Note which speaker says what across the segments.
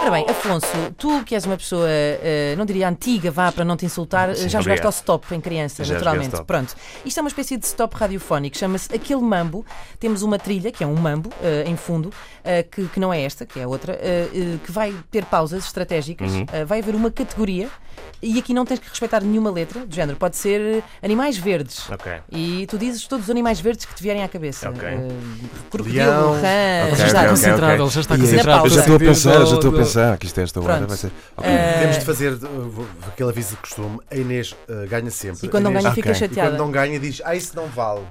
Speaker 1: Ora bem, Afonso, tu que és uma pessoa, eh, não diria antiga, vá para não te insultar, eh,
Speaker 2: Sim,
Speaker 1: já jogaste
Speaker 2: obrigado.
Speaker 1: ao stop em criança,
Speaker 2: Já joguei
Speaker 1: naturalmente.
Speaker 2: ao stop.
Speaker 1: Pronto. Isto é uma espécie de stop radiofónico, chama-se Aquele Mambo. Temos uma trilha, que é um mambo, eh, em fundo, eh, que, que não é esta, que é outra, eh, eh, que vai ter pausas estratégicas,
Speaker 2: Uhum.
Speaker 1: Eh, vai haver uma categoria e aqui não tens que respeitar nenhuma letra do género. Pode ser eh, animais verdes.
Speaker 2: Ok.
Speaker 1: E tu dizes todos os animais verdes que te vierem à cabeça.
Speaker 2: Ok.
Speaker 1: Eh, crocodilo,
Speaker 3: Leão.
Speaker 1: rã,
Speaker 2: Ok,
Speaker 1: está
Speaker 3: Já ok,
Speaker 1: tudo.
Speaker 3: ok.
Speaker 4: concentrado, ele já
Speaker 3: E
Speaker 4: está
Speaker 3: aí,
Speaker 1: concentrado.
Speaker 3: Eu já estou a pensar, já estou a
Speaker 4: Do-
Speaker 3: pensar que isto é esta hora
Speaker 1: Pronto.
Speaker 3: vai ser. Ok.
Speaker 1: Eh,
Speaker 3: Temos
Speaker 1: Temos
Speaker 3: de
Speaker 1: de
Speaker 3: fazer aquele aviso de costume. A Inês eh, ganha sempre.
Speaker 1: E quando não ganha, fica
Speaker 3: E quando
Speaker 1: chateada.
Speaker 3: não ganha, diz: Ah, isso não vale.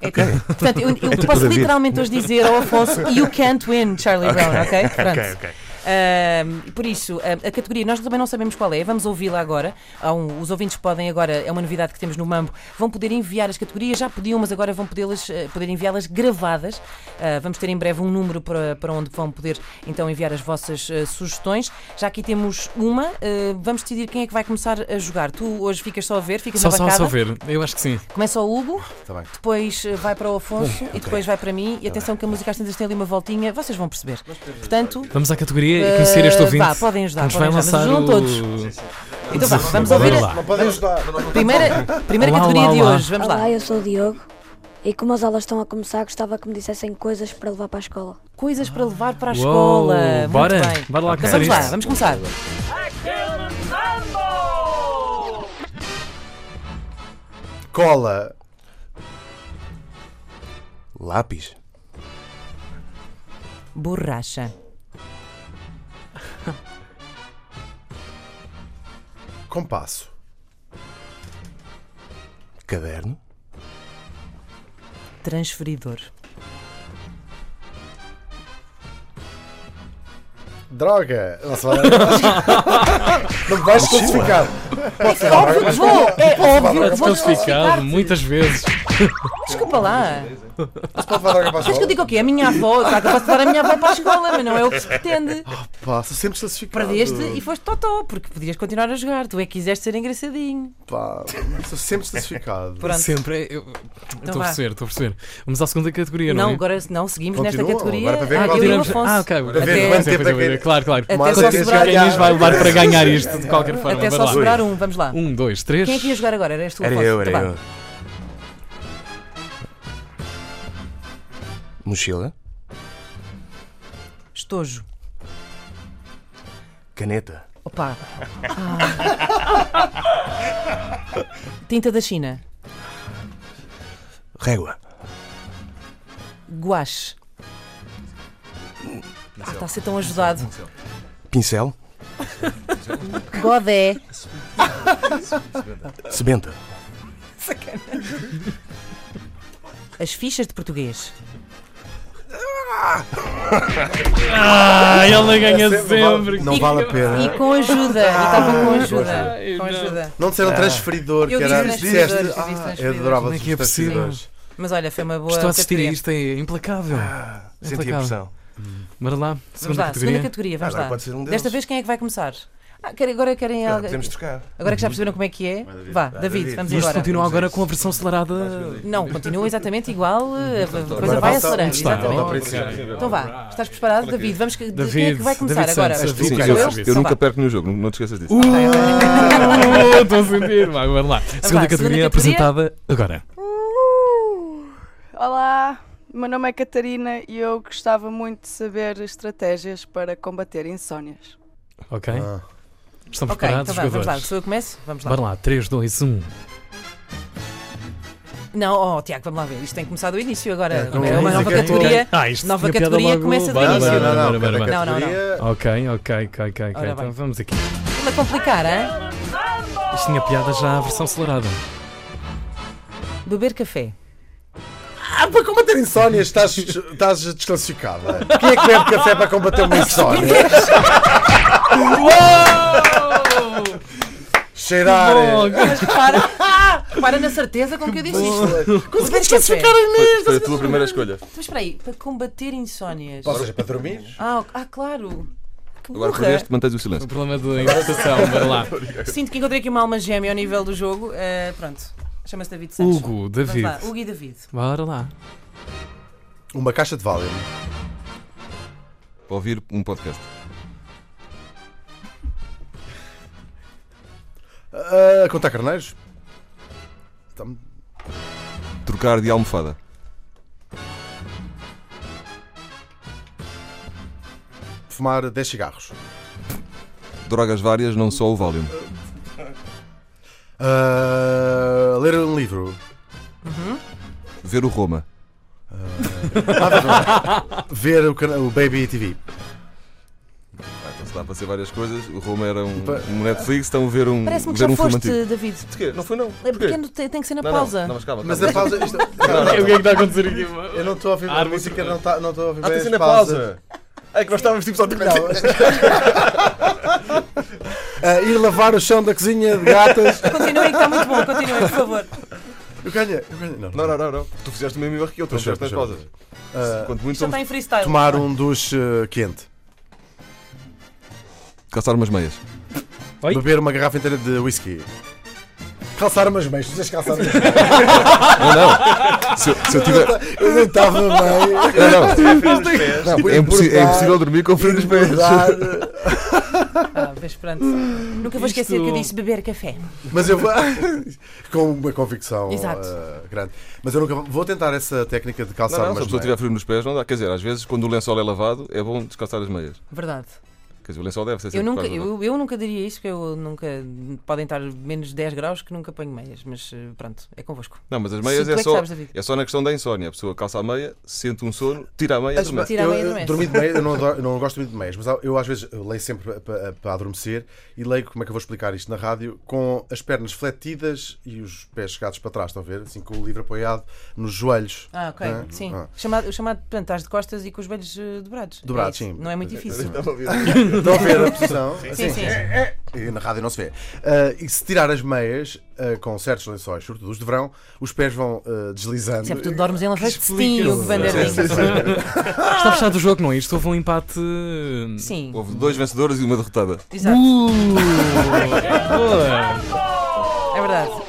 Speaker 1: É tipo- portanto, eu, eu
Speaker 3: tipo
Speaker 1: posso
Speaker 3: David.
Speaker 1: literalmente hoje dizer ao Afonso You can't win, Charlie Brown, ok? Pronto.
Speaker 2: Ok, ok.
Speaker 1: Ahm, por isso, a, a categoria, nós também não sabemos qual é, vamos ouvi-la agora. Há um- os ouvintes podem agora, é uma novidade que temos no Mambo, vão poder enviar as categorias, já podiam, mas agora vão podê-las, eh, poder enviá-las gravadas. Ah, vamos ter em breve um número para, para onde vão poder então enviar as vossas eh, sugestões. Já aqui temos uma, eh, vamos decidir quem é que vai começar a jogar. Tu hoje ficas só a ver, ficas
Speaker 4: Só,
Speaker 1: na
Speaker 4: só,
Speaker 1: bancada.
Speaker 4: só ver, eu acho que sim.
Speaker 1: Começa o Hugo,
Speaker 3: Está bem.
Speaker 1: depois eh, vai para o Afonso e depois vai para mim. E atenção que a música às tantas tem ali uma voltinha, vocês vão perceber. Portanto,
Speaker 4: Vamos à categoria e conhecer este
Speaker 1: eh,
Speaker 4: ouvinte.
Speaker 1: vá, podem ajudar,
Speaker 4: que nos
Speaker 1: podem
Speaker 4: vai
Speaker 1: ajudar,
Speaker 4: lançar
Speaker 1: mas
Speaker 4: o...
Speaker 1: ajudam então vá, vamos ouvir
Speaker 4: Bora
Speaker 1: a
Speaker 4: lá.
Speaker 3: podem ajudar.
Speaker 1: primeira, primeira
Speaker 4: Olá,
Speaker 1: categoria
Speaker 4: olá,
Speaker 1: de
Speaker 4: olá.
Speaker 1: hoje. Vamos lá.
Speaker 5: Olá, eu sou o Diogo e como as aulas estão a começar, gostava que me dissessem coisas para levar para a escola.
Speaker 1: Coisas para levar para a
Speaker 4: Uou,
Speaker 1: escola. Muito
Speaker 4: bora,
Speaker 1: bem.
Speaker 4: bora lá
Speaker 1: Então
Speaker 4: começar
Speaker 1: vamos lá,
Speaker 4: isto.
Speaker 1: vamos começar.
Speaker 3: Cola. Lápis.
Speaker 1: Borracha,
Speaker 3: Compasso. Caderno.
Speaker 1: transferidor,
Speaker 3: Droga. Não, se vai dar- não vais classificar. Pode ser, não vai?
Speaker 1: Óbvio que vou! É óbvio que vou
Speaker 4: Classificado muitas vezes.
Speaker 1: Desculpa lá.
Speaker 3: Mas pode levar droga para
Speaker 1: Queres
Speaker 3: a
Speaker 1: que eu
Speaker 3: escola.
Speaker 1: diga o quê? A minha avó, tá, está capaz de levar a minha avó para a escola, mas não é o que se pretende.
Speaker 3: Pá, sou sempre classificado.
Speaker 1: Perdeste e foste totó, porque podias continuar a jogar. Tu é que quiseste ser engraçadinho.
Speaker 3: Pá, sou sempre classificado.
Speaker 1: Pronto.
Speaker 4: Sempre. é- eu- Estou
Speaker 1: vá.
Speaker 4: a perceber, estou a perceber. Vamos à segunda categoria, não,
Speaker 1: Não,
Speaker 4: é?
Speaker 1: agora não, seguimos nesta
Speaker 3: Continuam,
Speaker 1: categoria.
Speaker 3: agora para ver
Speaker 1: ah,
Speaker 3: qual
Speaker 1: eu e o
Speaker 3: tiramos.
Speaker 1: Afonso.
Speaker 4: Ah, ok.
Speaker 1: Até-
Speaker 3: ver quanto tempo é que-
Speaker 4: Claro, claro.
Speaker 1: Até
Speaker 3: Mas
Speaker 1: só
Speaker 3: até
Speaker 1: se
Speaker 3: se
Speaker 1: sobrar-
Speaker 4: Quem diz vai levar para ganhar isto, de qualquer forma.
Speaker 1: Até
Speaker 4: vai
Speaker 1: só
Speaker 4: lá.
Speaker 1: sobrar um, vamos lá.
Speaker 4: Um, dois, três.
Speaker 1: Quem é que ia jogar agora? Eras tu,
Speaker 6: Era
Speaker 1: Afonso?
Speaker 6: eu, era
Speaker 1: Então vá.
Speaker 6: eu. Mochila,
Speaker 1: Estojo.
Speaker 6: caneta,
Speaker 1: Opa. Ah. Tinta da China.
Speaker 6: régua,
Speaker 1: Guache. Ah, está a ser tão ajudado.
Speaker 6: pincel,
Speaker 1: Godé.
Speaker 6: sebenta,
Speaker 1: As fichas de português.
Speaker 4: Ah, ele ganha sempre.
Speaker 3: É Não vale a pena.
Speaker 1: E com ajuda. E estava com ajuda. Com
Speaker 4: não.
Speaker 1: ajuda.
Speaker 3: Não disseram transferidor,
Speaker 1: Eu
Speaker 3: que era.
Speaker 1: disse
Speaker 3: disseste,
Speaker 1: transferidor, eu
Speaker 3: ah,
Speaker 1: disse transferidor.
Speaker 3: eu adorava
Speaker 4: Como é que é
Speaker 3: os transferidores.
Speaker 1: Mas olha, foi uma boa.
Speaker 4: Estou a assistir
Speaker 1: categoria.
Speaker 4: a isto, é implacável.
Speaker 6: senti a pressão.
Speaker 4: Bora lá,
Speaker 1: Vamos
Speaker 4: segunda
Speaker 1: lá, segunda
Speaker 4: categoria.
Speaker 1: categoria, vamos
Speaker 6: Agora
Speaker 1: lá.
Speaker 6: pode ser um deles.
Speaker 1: Desta vez quem é que vai começar? Ah, quer- agora querem
Speaker 6: Ah,
Speaker 1: alguém.
Speaker 6: podemos trocar.
Speaker 1: Agora que já perceberam como é que é, vá, David,
Speaker 3: David.
Speaker 1: vamos
Speaker 4: E isto
Speaker 1: embora.
Speaker 4: continua agora com a versão acelerada.
Speaker 1: Não, continua exatamente igual, a a coisa
Speaker 3: Agora
Speaker 1: vai
Speaker 3: volta-
Speaker 1: acelerando.
Speaker 3: está,
Speaker 1: Exatamente.
Speaker 3: volta para esse
Speaker 1: Então vá, estás preparado, David? Vamos que, de quem é que vai
Speaker 4: David,
Speaker 1: começar
Speaker 4: David
Speaker 1: agora?
Speaker 4: Santos,
Speaker 1: Sou
Speaker 4: David
Speaker 1: eu?
Speaker 4: Santos.
Speaker 1: Então
Speaker 7: Eu
Speaker 1: vá.
Speaker 7: nunca perco no jogo, não, não te esqueças disso.
Speaker 4: Uh, Estou a sentir. Vai, bora
Speaker 1: segunda
Speaker 4: lá. Segunda
Speaker 1: categoria.
Speaker 4: categoria apresentada agora.
Speaker 8: Olá, meu nome é Catarina e eu gostava muito de saber estratégias para combater insónias.
Speaker 4: Ok?
Speaker 3: Ah.
Speaker 4: Estão
Speaker 1: Ok,
Speaker 4: preparados,
Speaker 1: então vá, vamos lá,
Speaker 4: jogadores?
Speaker 1: sou eu que começo? Vamos lá.
Speaker 4: Bora lá, um. 3, 2, 1.
Speaker 1: Não, oh Tiago, vamos lá ver, isto tem que começar do início agora.
Speaker 3: com
Speaker 1: É uma
Speaker 3: música,
Speaker 1: nova
Speaker 3: é.
Speaker 1: categoria.
Speaker 4: Ah, isto
Speaker 1: Nova
Speaker 4: tinha piada
Speaker 1: categoria
Speaker 4: logo.
Speaker 1: começa do
Speaker 4: Bora,
Speaker 1: início.
Speaker 4: bora,
Speaker 3: Não, não,
Speaker 4: bora, bora,
Speaker 3: cada
Speaker 4: bora.
Speaker 1: Não, não, não.
Speaker 3: categoria-
Speaker 4: Ok, ok, ok, ok. ok.
Speaker 1: Ora bem.
Speaker 4: Então vamos aqui.
Speaker 1: Vamos complicar, hein?
Speaker 4: Isto tinha piada já à versão acelerada.
Speaker 1: Beber café.
Speaker 3: Ah, para combater insónias estás, estás desclassificada. Quem é que bebe café para combater uma insónia? Cheirar. eh,
Speaker 4: Bom,
Speaker 1: Mas repara, repara na certeza com que eu disse isto. Conseguiste classificar
Speaker 7: Foi, foi a tua
Speaker 1: um
Speaker 7: primeira escolha.
Speaker 1: Mas espera aí, para combater insónias.
Speaker 3: Ou seja, para dormir?
Speaker 1: Ah, ok. Ah, claro. Que
Speaker 7: Agora
Speaker 1: burra.
Speaker 7: perdeste, mantens o
Speaker 4: O
Speaker 7: silêncio.
Speaker 4: problema da interpretação, bora lá.
Speaker 1: Sinto que encontrei aqui uma alma gêmea ao nível do jogo. Eh, pronto. Chama-se David Santos.
Speaker 4: Hugo,
Speaker 1: Vamos
Speaker 4: David.
Speaker 1: lá, Hugo e David.
Speaker 7: Hum,
Speaker 4: Bora lá.
Speaker 3: Uma caixa de Valium.
Speaker 7: Para ouvir um podcast.
Speaker 3: ah, a contar carneiros. Tam-
Speaker 7: Trocar de almofada.
Speaker 3: Fumar 10 cigarros.
Speaker 7: Drogas várias, não só o Valium.
Speaker 3: Ah, ler um livro.
Speaker 7: Ver o Roma.
Speaker 3: Ver o, cana- o Baby TV.
Speaker 7: Ah, então se dá para ser várias coisas. O Roma era um,
Speaker 3: Pa-
Speaker 7: um Netflix, estão a ver um,
Speaker 1: Parece-me que
Speaker 7: ver
Speaker 1: já
Speaker 7: um filme
Speaker 1: foste,
Speaker 7: antigo.
Speaker 1: David.
Speaker 7: De quê? Não foi não.
Speaker 1: É
Speaker 7: Porquê?
Speaker 1: pequeno, tem, tem que ser na
Speaker 7: Não, não,
Speaker 1: pausa.
Speaker 7: Não, mas calma.
Speaker 3: Mas a
Speaker 7: calma.
Speaker 3: pausa. isto-
Speaker 4: O que é que está a acontecer aqui? mano?
Speaker 3: Eu não estou a ouvir
Speaker 4: Ah,
Speaker 3: a música, não tá- não estou a ouvir
Speaker 7: Ah,
Speaker 3: bem
Speaker 7: tem
Speaker 3: as
Speaker 7: cena
Speaker 3: pausas.
Speaker 7: pausa. É que nós estávamos tipo só de
Speaker 3: Não. Ah, ir lavar o chão da cozinha de gatas.
Speaker 1: Continuem, que está muito bom, continuem, por favor.
Speaker 3: Eu ganhei. Eu ganhei. Não,
Speaker 7: Não, não, não, não. Tu fizeste o mesmo erro que eu, tu não
Speaker 3: Deixa eu-
Speaker 7: fizeste nas
Speaker 3: deixa eu-
Speaker 7: pausas.
Speaker 3: Ah,
Speaker 7: Quanto muito
Speaker 1: Já
Speaker 7: somos...
Speaker 1: está em freestyle.
Speaker 3: tomar um duche ah, quente.
Speaker 7: Calçar umas meias.
Speaker 4: Oi?
Speaker 3: Beber uma garrafa inteira de whisky. Calçar umas meias. Tu dizes calçar umas meias.
Speaker 7: Não, não. Se eu, se eu tiver...
Speaker 3: Eu não estava bem.
Speaker 7: Não, não.
Speaker 3: Não,
Speaker 7: É, impossi- é
Speaker 3: engordar,
Speaker 7: impossível dormir com frio nos pés.
Speaker 3: engordar.
Speaker 1: Ah, vês, pronto. Nunca vou esquecer
Speaker 4: Isto-
Speaker 1: que eu disse beber café.
Speaker 3: Mas eu vou. com uma convicção
Speaker 1: Exato.
Speaker 3: ah, grande. Mas eu nunca vou- vou tentar essa técnica de calçar
Speaker 7: Não, não, se a
Speaker 3: umas
Speaker 7: pessoa
Speaker 3: meias.
Speaker 7: tiver frio nos pés, não dá. Quer dizer, às vezes, quando o lençol é lavado, é bom descansar as meias.
Speaker 1: Verdade.
Speaker 7: Quer dizer, o lençol deve ser
Speaker 1: Eu
Speaker 7: sempre
Speaker 1: nunca,
Speaker 7: quase lavado.
Speaker 1: eu, eu nunca diria isso, porque eu nunca. Podem estar menos 10 graus que nunca ponho meias, mas eh, pronto, é convosco.
Speaker 7: Não, mas as meias
Speaker 1: Se tu
Speaker 7: é
Speaker 1: é que
Speaker 7: só,
Speaker 1: sabes, David.
Speaker 7: é só na questão da insónia. A pessoa calça a meia, sente um sono, tira a meia
Speaker 3: As
Speaker 7: e
Speaker 3: me-
Speaker 7: adormece.
Speaker 1: Tirar
Speaker 3: eu,
Speaker 1: bem
Speaker 3: eu
Speaker 1: adormece.
Speaker 3: dormi de meias, eu não, adoro- eu não gosto muito de meias, mas eu às vezes eu leio sempre pa- pa- para, adormecer e leio, como é que eu vou explicar isto na rádio, com as pernas fletidas e os pés chegados para trás, estão a ver? Assim, com o livro apoiado nos joelhos.
Speaker 1: Ah, ok,
Speaker 3: Ah,
Speaker 1: sim.
Speaker 3: ah.
Speaker 1: Chamado, chamado, portanto, estás de costas e com os joelhos eh, dobrados.
Speaker 3: Dobrados,
Speaker 1: É isso.
Speaker 3: sim.
Speaker 1: Não é muito difícil.
Speaker 3: Estão a ver a posição?
Speaker 1: Sim, É, sim.
Speaker 3: E na rádio não se vê. Ah, e se tirar as meias, ah, com certos lençóis, sobretudo os de verão, os pés vão ah, deslizando.
Speaker 1: Sempre é tu dormes em lavas de
Speaker 3: explica-se.
Speaker 1: Steam, o Vanderling.
Speaker 4: Está fechado o jogo, não é isto? Houve um empate. hum,
Speaker 1: Sim,
Speaker 7: Houve dois vencedores e uma derrotada.
Speaker 1: exato.
Speaker 4: Uh! Boa.
Speaker 1: É verdade.